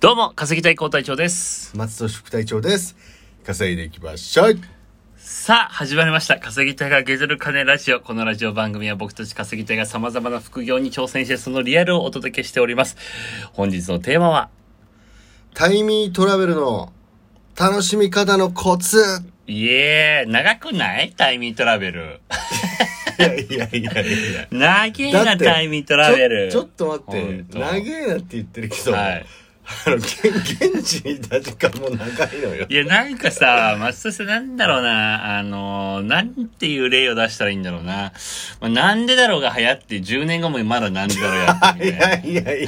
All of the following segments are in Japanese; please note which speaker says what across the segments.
Speaker 1: どうも、稼ぎたい高隊長です。
Speaker 2: 松戸副隊長です稼いでいきましょう
Speaker 1: さあ、始まりました。稼ぎたいがゲゼる金ラジオ。このラジオ番組は僕たち稼ぎたいが様々な副業に挑戦して、そのリアルをお届けしております。本日のテーマは、
Speaker 2: タイミートラベルの楽しみ方のコツ
Speaker 1: いえー、長くないタイミートラベル。
Speaker 2: いやいやいやいや
Speaker 1: 長えなタイミートラベル。
Speaker 2: ちょちょっと待っ
Speaker 1: ほ
Speaker 2: て
Speaker 1: んと
Speaker 2: 長えなって言ってるけど、
Speaker 1: はい
Speaker 2: あの現現地にいた時間も長いのよ
Speaker 1: いや、なんかさ、松田さんなんだろうな、あの、なんていう例を出したらいいんだろうな。まあ、なんでだろうが流行って、10年後もまだなんでだろうやって
Speaker 2: い
Speaker 1: るみたいな
Speaker 2: やいやいやい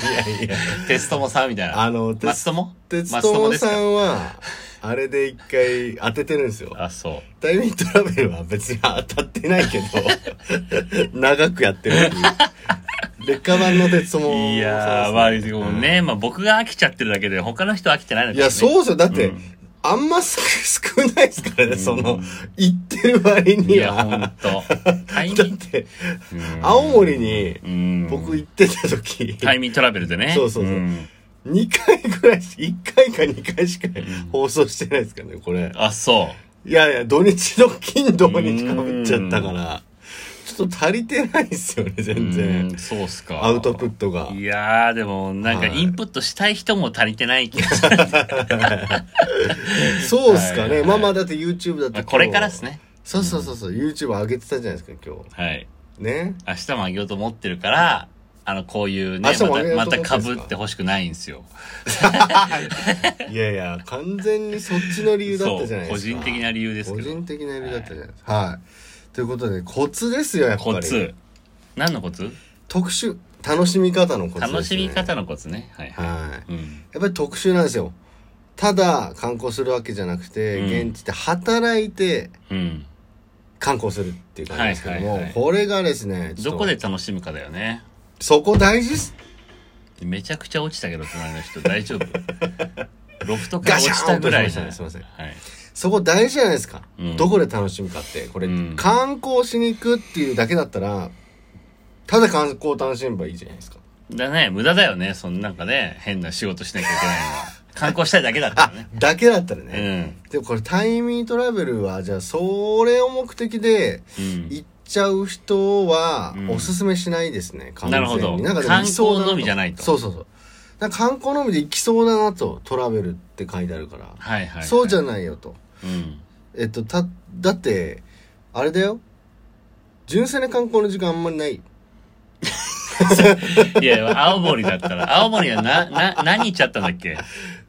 Speaker 2: や
Speaker 1: テストもさ、みたいな。
Speaker 2: あのテ
Speaker 1: 松
Speaker 2: ス
Speaker 1: 友
Speaker 2: 鉄
Speaker 1: 松友
Speaker 2: 友
Speaker 1: ですか
Speaker 2: さんはあれで一回当ててるんですよ
Speaker 1: あ、そう。
Speaker 2: タイミートラベルは別に当たってないけ ど長くやってるっていう劣化版の鉄友さんですね
Speaker 1: いやー、まあ、でもね、まあ僕が飽きちゃってるだけで、他の人飽きてないの
Speaker 2: いや、そうですよ。だって、
Speaker 1: うん
Speaker 2: あんます少ないですからね、その、行ってる割
Speaker 1: い
Speaker 2: に
Speaker 1: や、
Speaker 2: は。
Speaker 1: ほん
Speaker 2: だ
Speaker 1: と。タイミ
Speaker 2: っ
Speaker 1: ン
Speaker 2: て、
Speaker 1: グ。
Speaker 2: 青森に
Speaker 1: うん
Speaker 2: 僕行ってた時、
Speaker 1: タイミングトラベルでね。
Speaker 2: そうそうそうん2回ぐらいし、1回か2回しか放送してないですからね、これ。
Speaker 1: あ、そう。
Speaker 2: いやいや、土日の金土日かぶっちゃったから、ちょっと足りてないですよね、全
Speaker 1: うん
Speaker 2: 然。
Speaker 1: そうっすか。
Speaker 2: アウトプットが。
Speaker 1: いやー、でも、なんか、
Speaker 2: はい
Speaker 1: インプットしたい人も足りてないけど、
Speaker 2: そうっすか
Speaker 1: はいはい
Speaker 2: ね。
Speaker 1: はい
Speaker 2: まあまあ、だって YouTube だって
Speaker 1: まあ
Speaker 2: 今日
Speaker 1: これからっす。ね。
Speaker 2: そうそうそうそう、YouTube 上げてたじゃないですか、今
Speaker 1: はい。
Speaker 2: 日。ね。
Speaker 1: 明日もあげようと思ってるから、あの、こういうね、
Speaker 2: 明日もあげようと
Speaker 1: ま、
Speaker 2: 思ったて
Speaker 1: ま
Speaker 2: るんで
Speaker 1: た
Speaker 2: すか
Speaker 1: 被ってほしくないんですよ。
Speaker 2: いやいや、完全にそっちの理由だったじゃないですか。
Speaker 1: そう個人的な理由ですけど
Speaker 2: 個人的な理由だったじゃないですか。はい。ということで、コツですよ、やっぱり。
Speaker 1: コツ。何のコツ
Speaker 2: 特殊、楽しみ方のコツです、ね。
Speaker 1: 楽しみ。方のコツね。はいはい。
Speaker 2: はい。
Speaker 1: うん。
Speaker 2: やっぱり特殊なんですよ。ただ観光するわけじゃなくて、
Speaker 1: うん
Speaker 2: 現地で働いて
Speaker 1: うん。
Speaker 2: 観光するっていう感じですけども、
Speaker 1: はいはいはい
Speaker 2: これがですね、ちょっ
Speaker 1: ど
Speaker 2: と
Speaker 1: こで楽しむかだよね。
Speaker 2: そこ大事っす。
Speaker 1: めちゃくちゃ落ちたけど、隣の人、大 丈夫ロフトから落ちたぐらいじゃない
Speaker 2: ガシャンとしましたね
Speaker 1: はい。
Speaker 2: そこ大事じゃないですか。
Speaker 1: うん
Speaker 2: どこで楽しむかって。これ、
Speaker 1: うん
Speaker 2: 観光しに行くっていうだけだったら、ただ観光を楽しめばいいじゃないですか。
Speaker 1: だね、無駄だよね。そんなんかね、変な仕事しなきゃいけないのは。観光したいだけだったらね。
Speaker 2: だけだったら
Speaker 1: う
Speaker 2: ね、
Speaker 1: ん。
Speaker 2: でもこれタイミートラベルはじゃあそれを目的で
Speaker 1: うん。
Speaker 2: 行っちゃう人は
Speaker 1: うん
Speaker 2: おすすめしないですね、完全に
Speaker 1: なるほど
Speaker 2: んかでも行きそうだ
Speaker 1: 観光
Speaker 2: な
Speaker 1: のみじゃないと
Speaker 2: そうそうそうなんか観光のみで行きそうだなとトラベルって書いてあるから、
Speaker 1: はいはい。
Speaker 2: そうじゃ
Speaker 1: い。
Speaker 2: ないよと
Speaker 1: うん。
Speaker 2: えっとただってあれだよ純粋な観光の時間あんまりない
Speaker 1: いや、青森だったら、青森はな、な、何行っちゃったんだっけ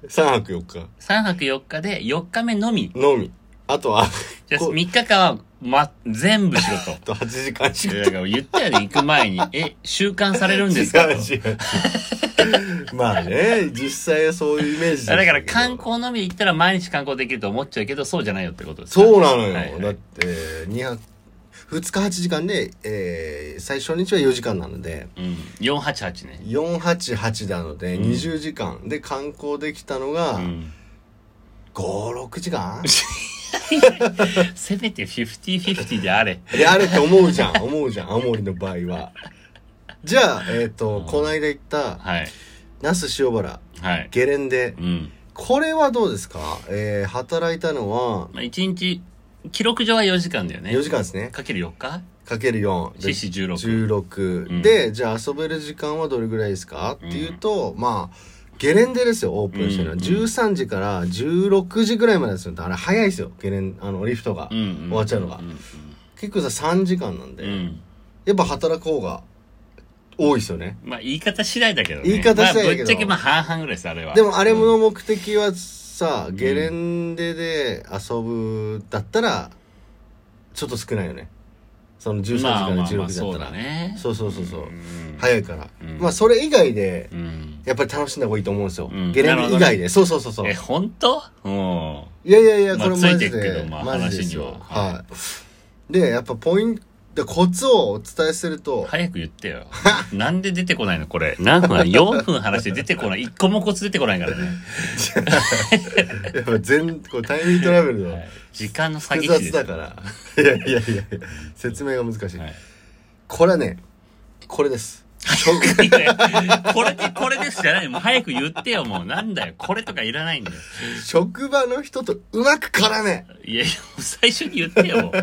Speaker 2: 3泊4日
Speaker 1: ?3 泊4日で4日目のみ。
Speaker 2: のみあとは
Speaker 1: じゃあ
Speaker 2: こ
Speaker 1: 3
Speaker 2: う
Speaker 1: 日間は、ま、全部しろと。
Speaker 2: あと8時間し
Speaker 1: い
Speaker 2: か
Speaker 1: やだから言ったよね、行く前に。え、習慣されるんですかと
Speaker 2: 違う違う違うまあね実際はそういうイメージ
Speaker 1: だ
Speaker 2: け
Speaker 1: か
Speaker 2: ど
Speaker 1: ら観光のみで行ったら毎日観光できると思っちゃうけど、そうじゃないよってことですか
Speaker 2: そうなのよ、
Speaker 1: はいはい
Speaker 2: だって2泊2日8時間で、えー、最初日は4時間なので
Speaker 1: うん。488ね。
Speaker 2: 488なので
Speaker 1: うん
Speaker 2: 20時間、で観光できたの
Speaker 1: う
Speaker 2: が
Speaker 1: ん。
Speaker 2: 56時間
Speaker 1: せめて50-50であれ。
Speaker 2: であれって思うじゃん思うじゃん青森の場合はじゃあえっ、と、
Speaker 1: うん
Speaker 2: この間行った
Speaker 1: はい。
Speaker 2: 那須塩原
Speaker 1: はい。
Speaker 2: ゲレンデ
Speaker 1: うん。
Speaker 2: これはどうですか、えー、働いたのは
Speaker 1: まあ、1日、記録上は4時間だよね。
Speaker 2: 4時間ですね
Speaker 1: かける4日
Speaker 2: かける4
Speaker 1: ?4、16。
Speaker 2: 16、
Speaker 1: うん
Speaker 2: でじゃあ遊べる時間はどれぐらいですか、っていうとまあゲレンデですよオープンしてるのは、
Speaker 1: うんうん
Speaker 2: 13時から16時ぐらいまでですよあれ早いですよゲレンあのリフトが、
Speaker 1: うん、うん。
Speaker 2: 終わっちゃうのが
Speaker 1: んん
Speaker 2: 結構さ3時間なんで、
Speaker 1: うん。
Speaker 2: やっぱ働こうが多いですよね
Speaker 1: まあ、言い方次第だけどね。
Speaker 2: 言い方次第だけど
Speaker 1: まあぶっちゃけまあ、半々ぐらいです、あれは。
Speaker 2: でもあれの目的はさ、ゲレンデで遊ぶだったらちょっと少ないよねその13時
Speaker 1: まあ
Speaker 2: か
Speaker 1: まあま
Speaker 2: ら
Speaker 1: あ
Speaker 2: 16時だったら、
Speaker 1: そうだね。
Speaker 2: そうそうそうそう
Speaker 1: うん
Speaker 2: 早いから、
Speaker 1: うん
Speaker 2: まあそれ以外で
Speaker 1: うん。
Speaker 2: やっぱり楽しんだ方がいいと思うんですよ。
Speaker 1: うん
Speaker 2: ゲレンデ以
Speaker 1: なるほ
Speaker 2: 外で。そうそうそうそう。
Speaker 1: え、
Speaker 2: い
Speaker 1: 本当うん。
Speaker 2: やいやいや、
Speaker 1: ま
Speaker 2: こ
Speaker 1: あ
Speaker 2: れマジ
Speaker 1: ついてるけ
Speaker 2: で
Speaker 1: ど。まあ
Speaker 2: マジですよ
Speaker 1: 話。には
Speaker 2: はい。で、やっぱポイント、コツをお伝えすると、
Speaker 1: 早く言って よ。なんで出てこないのこれ。何分 ?4 分話して出てこない。一個もコツ出てこないからね。
Speaker 2: やっぱ全、こうタイミングトラベルの
Speaker 1: はい時間の詐
Speaker 2: 複
Speaker 1: 欺師
Speaker 2: 雑
Speaker 1: です。
Speaker 2: だから。いやいやいやいや説明が難しい
Speaker 1: は。い
Speaker 2: これはね、これです。
Speaker 1: 早く言え これで、これですじゃない。もう早く言ってよ、もう。なんだよ。これとかいらないんだよ。
Speaker 2: 職場の人とうまく絡め
Speaker 1: いやいや、最初に言ってよ、もう。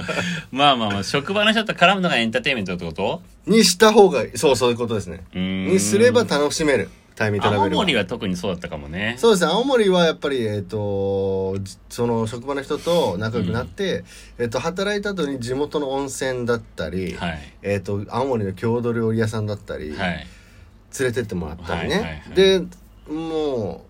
Speaker 1: まあまあまあ、職場の人と絡むのがエンターテインメントってこと
Speaker 2: にした方がいいそうそういうことですね
Speaker 1: うーん
Speaker 2: にすれば楽しめるタイミングトラ
Speaker 1: 青
Speaker 2: ベルは
Speaker 1: 森は特にそうだったかもね。
Speaker 2: そうですね青森はやっぱりえっ、とじその職場の人と仲良くなって、えっと働いた後に地元の温泉だったり、
Speaker 1: はい。
Speaker 2: えっと青森の郷土料理屋さんだったり、
Speaker 1: はい。
Speaker 2: 連れてってもらったりね、
Speaker 1: はいはいはい
Speaker 2: でも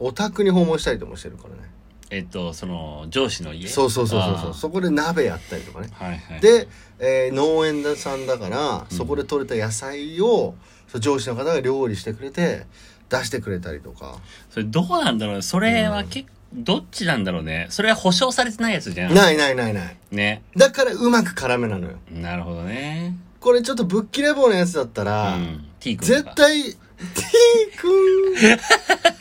Speaker 2: うお宅に訪問したりともしてるからね
Speaker 1: えっと、その、上司の家。
Speaker 2: そうそうそうそうそう
Speaker 1: う。
Speaker 2: そこで鍋やったりとかね
Speaker 1: はいはい。
Speaker 2: で、えー農園さんだから
Speaker 1: うん
Speaker 2: そこで採れた野菜を、そう上司の方が料理してくれて出してくれたりとか
Speaker 1: それどうなんだろうねそれは結構、どっちなんだろうねそれは保証されてないやつじゃん。
Speaker 2: ないないないない
Speaker 1: ね。
Speaker 2: だからうまく絡めなのよ
Speaker 1: なるほどね。
Speaker 2: これちょっとぶっきれ棒のやつだった
Speaker 1: う
Speaker 2: ら、
Speaker 1: ん。T 君とか
Speaker 2: 絶。対 T 君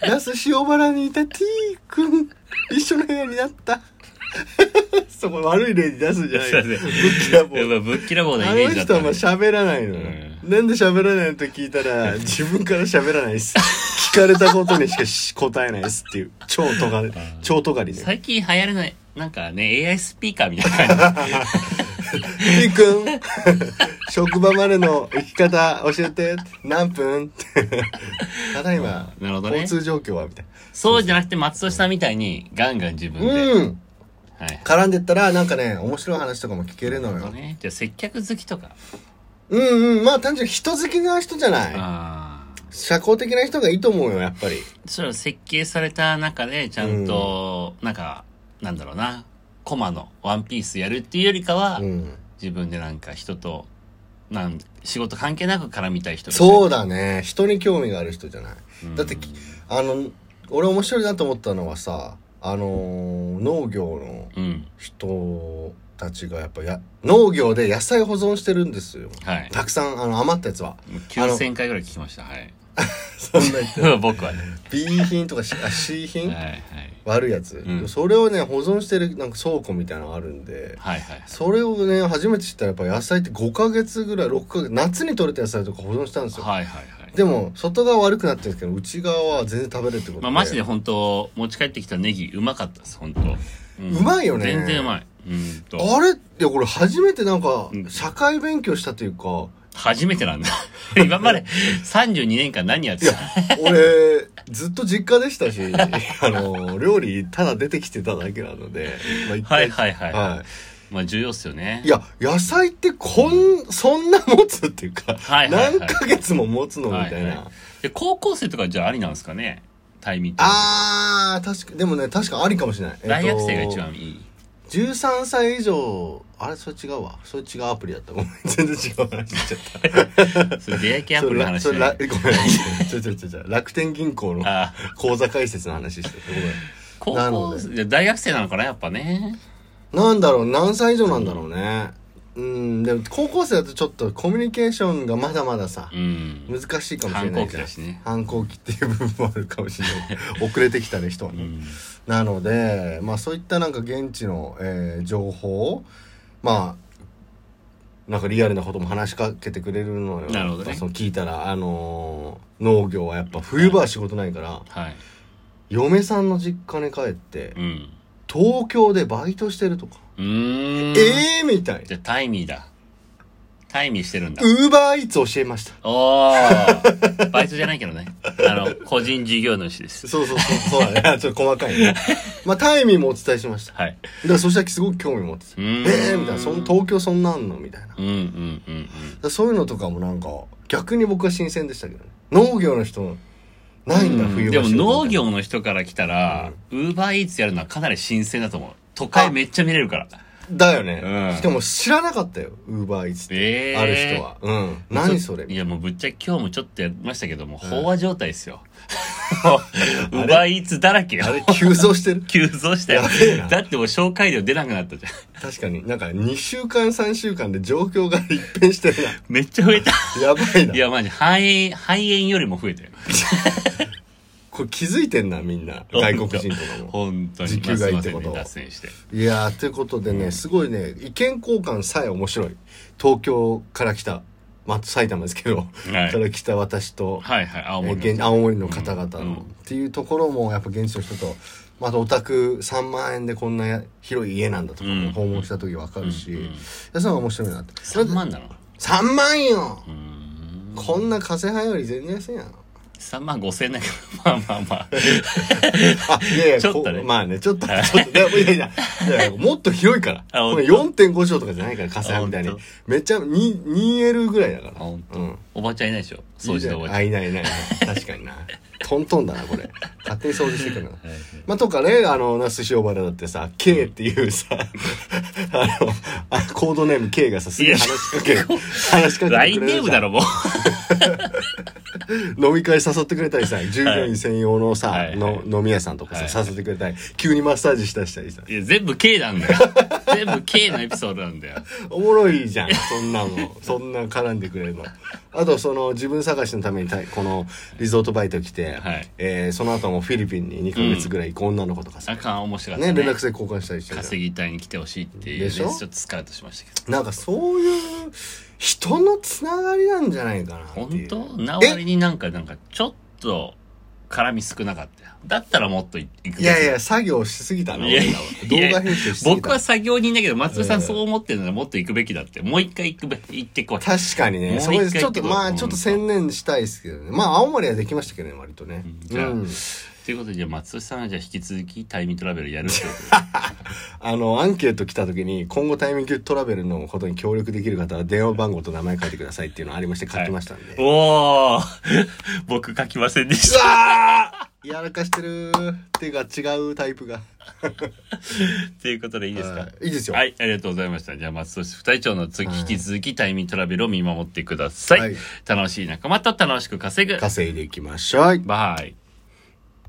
Speaker 2: 那須塩原にいた T 君一緒の部屋になった そこ悪い例に出すんじゃないよ
Speaker 1: すい
Speaker 2: ぶ
Speaker 1: ま
Speaker 2: っ
Speaker 1: せん
Speaker 2: きらぼう
Speaker 1: やっぱぶっきらぼうな
Speaker 2: あ
Speaker 1: イメー
Speaker 2: の
Speaker 1: ジだっ
Speaker 2: 人
Speaker 1: た、
Speaker 2: は
Speaker 1: ね。
Speaker 2: もう喋らないのよ、
Speaker 1: う
Speaker 2: なんで喋らないのと聞いた ら自分から喋らないです聞かれたことにしかし答えないですっていう超とがり超とがりね
Speaker 1: 最近流行らない、なんかね、AI スピーカーみたい な感
Speaker 2: T 君職場までの行き方教えて何分ただいま
Speaker 1: じ。なるほどね
Speaker 2: 交。通状況はみたい
Speaker 1: そうじゃなくて松戸さんみたいにガンガン自分で。
Speaker 2: な
Speaker 1: はい。
Speaker 2: うん絡んでったらなんかね面白い話とかも聞けるの
Speaker 1: なるほ
Speaker 2: よ
Speaker 1: どね。じゃあ接客好きとか。
Speaker 2: うんうんまあ単純に人好きな人じゃない
Speaker 1: ああ。
Speaker 2: 社交的な人がいいと思うよやっぱり
Speaker 1: それを設計された中で、ちゃんと、なんか、なんだろうな。コマのワンピースやるっていうよりかは、
Speaker 2: うん
Speaker 1: 自分でなんか人と、なん、仕事関係なく絡みたい人
Speaker 2: そう
Speaker 1: だ。
Speaker 2: だね人に興味がある人じゃないだってきあの俺面白いなと思ったのはさあのー農業の
Speaker 1: うん。
Speaker 2: 人たちがやっぱや農業で野菜保存してるんですよ
Speaker 1: はい。
Speaker 2: たくさんあの余ったや つは
Speaker 1: もう9000回ぐらい聞きました。はい。
Speaker 2: そん な
Speaker 1: 僕はね。
Speaker 2: B 品とか C- あ C
Speaker 1: はい
Speaker 2: 品、
Speaker 1: はい。
Speaker 2: 悪いやつ、
Speaker 1: うん
Speaker 2: それをね保存してるなんか倉庫みたいなのがあるんで
Speaker 1: はいはい。
Speaker 2: それをね初めて知ったらやっぱ野菜って5ヶ月ぐらい6ヶ月夏に採れた野菜とか保存したんですよ
Speaker 1: はいはいはい。
Speaker 2: でも外側悪くなってるんですけど内側は全然食べれるってこと
Speaker 1: まあマジで本当持ち帰ってきたネギうまかったです、本当ん
Speaker 2: うまいよね
Speaker 1: 全然うまい。うんと。
Speaker 2: あれってこれ初めてなんか
Speaker 1: うん
Speaker 2: 社会勉強したという か、
Speaker 1: 初めてなんだ。 今まで32年間何やってた
Speaker 2: 俺ずっと実家でしたし あの料理ただ出てきてただけなので、まあ一
Speaker 1: は
Speaker 2: 回
Speaker 1: いはいはい。
Speaker 2: は
Speaker 1: まあ重要っすよね。
Speaker 2: いや野菜ってこんそんな持つっていうか、
Speaker 1: はいはいはい
Speaker 2: 何ヶ月も持つのみたいな、
Speaker 1: はいはで高校生とかじゃあありなんですかねタイミング。
Speaker 2: あー確かでもね確かありかもしれない、えっと
Speaker 1: 大学生が一番いい。
Speaker 2: 13歳以上あれそれ違うわそれ違うアプリだったごめん全然違う話しちゃった
Speaker 1: それ出会い系アプリの話
Speaker 2: そ
Speaker 1: じ
Speaker 2: れ
Speaker 1: ゃな
Speaker 2: ら
Speaker 1: い
Speaker 2: それらごめ んちょちょちょちょ楽天銀行の
Speaker 1: ああ
Speaker 2: 口座開設の話してご
Speaker 1: 高
Speaker 2: めんなの
Speaker 1: 校
Speaker 2: で
Speaker 1: 生いや大学生なのかなやっぱね
Speaker 2: なんだろう何歳以上なんだろうねうんでも高校生だとちょっとコミュニケーションがまだまださ
Speaker 1: う、ん
Speaker 2: 難しいかもしれ
Speaker 1: 反
Speaker 2: な
Speaker 1: 抗
Speaker 2: い
Speaker 1: 期
Speaker 2: じゃん
Speaker 1: だしね
Speaker 2: 反抗期っていう部分もあるかもしれ ない遅れてきたね人は
Speaker 1: う
Speaker 2: ね、
Speaker 1: ん
Speaker 2: なのでまあそういったなんか現地の、えー情報をまあなんかリアルなことも話しかけてくれるのよ
Speaker 1: なるほどね
Speaker 2: やっぱその聞いたらあのー農業はやっぱ冬場は仕事ないから
Speaker 1: はい
Speaker 2: 嫁さんの実家に帰って
Speaker 1: うん
Speaker 2: 東京でバイトしてるとか、
Speaker 1: うーん
Speaker 2: ええー、みたいな
Speaker 1: じゃあタイミーだタイミーしてるんだ
Speaker 2: ウーバーイーツ教えました
Speaker 1: おーバイトじゃないけどねあの個人事業主です
Speaker 2: そうそうそうそうだね ちょっと細かいねまあタイミーもお伝えしましただ
Speaker 1: はい
Speaker 2: からそしたらすごく興味持ってて
Speaker 1: う
Speaker 2: え
Speaker 1: ーん
Speaker 2: えー、みたいなその東京そんなんのみたいなだか
Speaker 1: うんうんうんうん
Speaker 2: らそういうのとかもなんか逆に僕は新鮮でしたけどね農業の人ないんだ冬
Speaker 1: で
Speaker 2: 場
Speaker 1: も
Speaker 2: 仕事みたいな
Speaker 1: 農業の人から来たら、ウーバーイーツやるのはかなり新鮮だと思う。都会めっちゃ見れるから。
Speaker 2: だよね、
Speaker 1: うん
Speaker 2: しかも知らなかったよウーバーイーツって、
Speaker 1: ええ
Speaker 2: ある人はうん何それ
Speaker 1: いやもうぶっちゃけ今日もちょっとやりましたけども、飽和状態 ですよ。
Speaker 2: れ
Speaker 1: 奪いつだらけよ
Speaker 2: あ。れ急増して る
Speaker 1: 急増したよ
Speaker 2: やべえな。
Speaker 1: だってもう紹介料出なくなったじゃん。
Speaker 2: 確かになんか2週間3週間で状況が一変してる
Speaker 1: めっちゃ増えた。
Speaker 2: なやば いない
Speaker 1: やマジ、肺炎、肺炎よりも増えたよ。
Speaker 2: これ気づいてんなみんな外国人とかも
Speaker 1: 本当に。
Speaker 2: 時給がいいってこと
Speaker 1: まあすいませんね脱線して。
Speaker 2: いやーということでね、すごいね意見交換さえ面白い東京から来たまあ、埼玉ですけど、
Speaker 1: はい
Speaker 2: から来た私と、
Speaker 1: はいはい。青
Speaker 2: え
Speaker 1: 森
Speaker 2: ー現
Speaker 1: の。
Speaker 2: 青森の方々の、
Speaker 1: うんうん
Speaker 2: っていうところもやっぱ現地の人とまたお宅3万円でこんな広い家なんだとか
Speaker 1: うん
Speaker 2: も訪問した時わかるし、
Speaker 1: うんうん
Speaker 2: それは面白いなって
Speaker 1: 3万なの
Speaker 2: 3万よ、
Speaker 1: うーん。
Speaker 2: こんな風派より全然安いな
Speaker 1: 3万5千円だけど、まあまあ まあ。
Speaker 2: あ いやいや
Speaker 1: ちょっとね
Speaker 2: こまあねちょっとちょっとでもいやいやいやいやもっと広いから
Speaker 1: あ
Speaker 2: これ4.5畳とかじゃないから風派みたい
Speaker 1: あ
Speaker 2: に
Speaker 1: 本
Speaker 2: めっちゃ 2- 2L ぐらいだから
Speaker 1: あ本当
Speaker 2: うん
Speaker 1: おばちゃんいないでしょ掃除のおばちゃん。
Speaker 2: あいないいないいない確 かになトントンだなこれ勝手に掃除してくるな
Speaker 1: はいはい
Speaker 2: まあ、とかね、あの、なすしおばらだってさ、K っていうさ、 あの、あコードネーム K がさ、すげえ話しかけ、話しかけてくれるじゃん。
Speaker 1: ラインネームだろ、もう。
Speaker 2: 飲み会誘ってくれたりさ、従業員専用のさ、
Speaker 1: はいはい
Speaker 2: の飲み屋さんとかさ、
Speaker 1: はいはい
Speaker 2: 誘ってくれたり、急にマッサージしたりしたりさ、
Speaker 1: いや、全部 K なんだ よ。全部 K のエピソードなんだよ。
Speaker 2: おもろいじゃん、そんなの。そんな絡んでくれるの。あと、その、自分探しのためにた、この、リゾートバイト来て、
Speaker 1: はい
Speaker 2: えーその後もフィリピンに2ヶ月ぐらい行く女の子とかさ、
Speaker 1: あかん、面白かった
Speaker 2: ね、
Speaker 1: ね。
Speaker 2: 連絡先交換したりしてるじゃん
Speaker 1: 稼ぎたいに来てほしいっていうね
Speaker 2: でしょ
Speaker 1: ちょっとスカウトしましたけど。
Speaker 2: なんかそういう人のつながりなんじゃないかなってい
Speaker 1: 本
Speaker 2: う。
Speaker 1: 当な割になんか、なんか、ちょっと、絡み少なかったよ。だったらもっといいくべき
Speaker 2: いやいや、作業しすぎたな、
Speaker 1: いやい
Speaker 2: 俺
Speaker 1: や
Speaker 2: らは動画編集しすぎた。
Speaker 1: 僕は作業人だけど、松田さ
Speaker 2: うんん
Speaker 1: そう思ってるならもっと行くべきだって。もう一回行くべ、行ってこい。
Speaker 2: 確かに
Speaker 1: もう
Speaker 2: ね、
Speaker 1: 一
Speaker 2: そこで
Speaker 1: 回
Speaker 2: ちょ
Speaker 1: 行
Speaker 2: っと、
Speaker 1: ってこい
Speaker 2: まあちょっと専念したいですけどね。まあ青森はできましたけどね、割とね
Speaker 1: ん。じ
Speaker 2: う
Speaker 1: ゃあ
Speaker 2: ん。
Speaker 1: ということで、じゃあ松田さんはじゃあ引き続きタイミングトラベルやるってことで
Speaker 2: あの、アンケート来た時に、今後タイミングトラベルのことに協力できる方は電話番号と名前書いてくださいっていうのありまして書きましたんで。 うわ
Speaker 1: おー 僕書きませんでした。
Speaker 2: ーやらかしてるー。っていうか違うタイプが。
Speaker 1: ということでいいですか、
Speaker 2: はいいいですよ。
Speaker 1: はい、ありがとうございました。じゃあ、松戸市副隊長の次、引き続きタイミングトラベルを見守ってください。
Speaker 2: はい
Speaker 1: 楽しい仲間と楽しく稼ぐ。
Speaker 2: 稼いでいきましょう。
Speaker 1: バイ。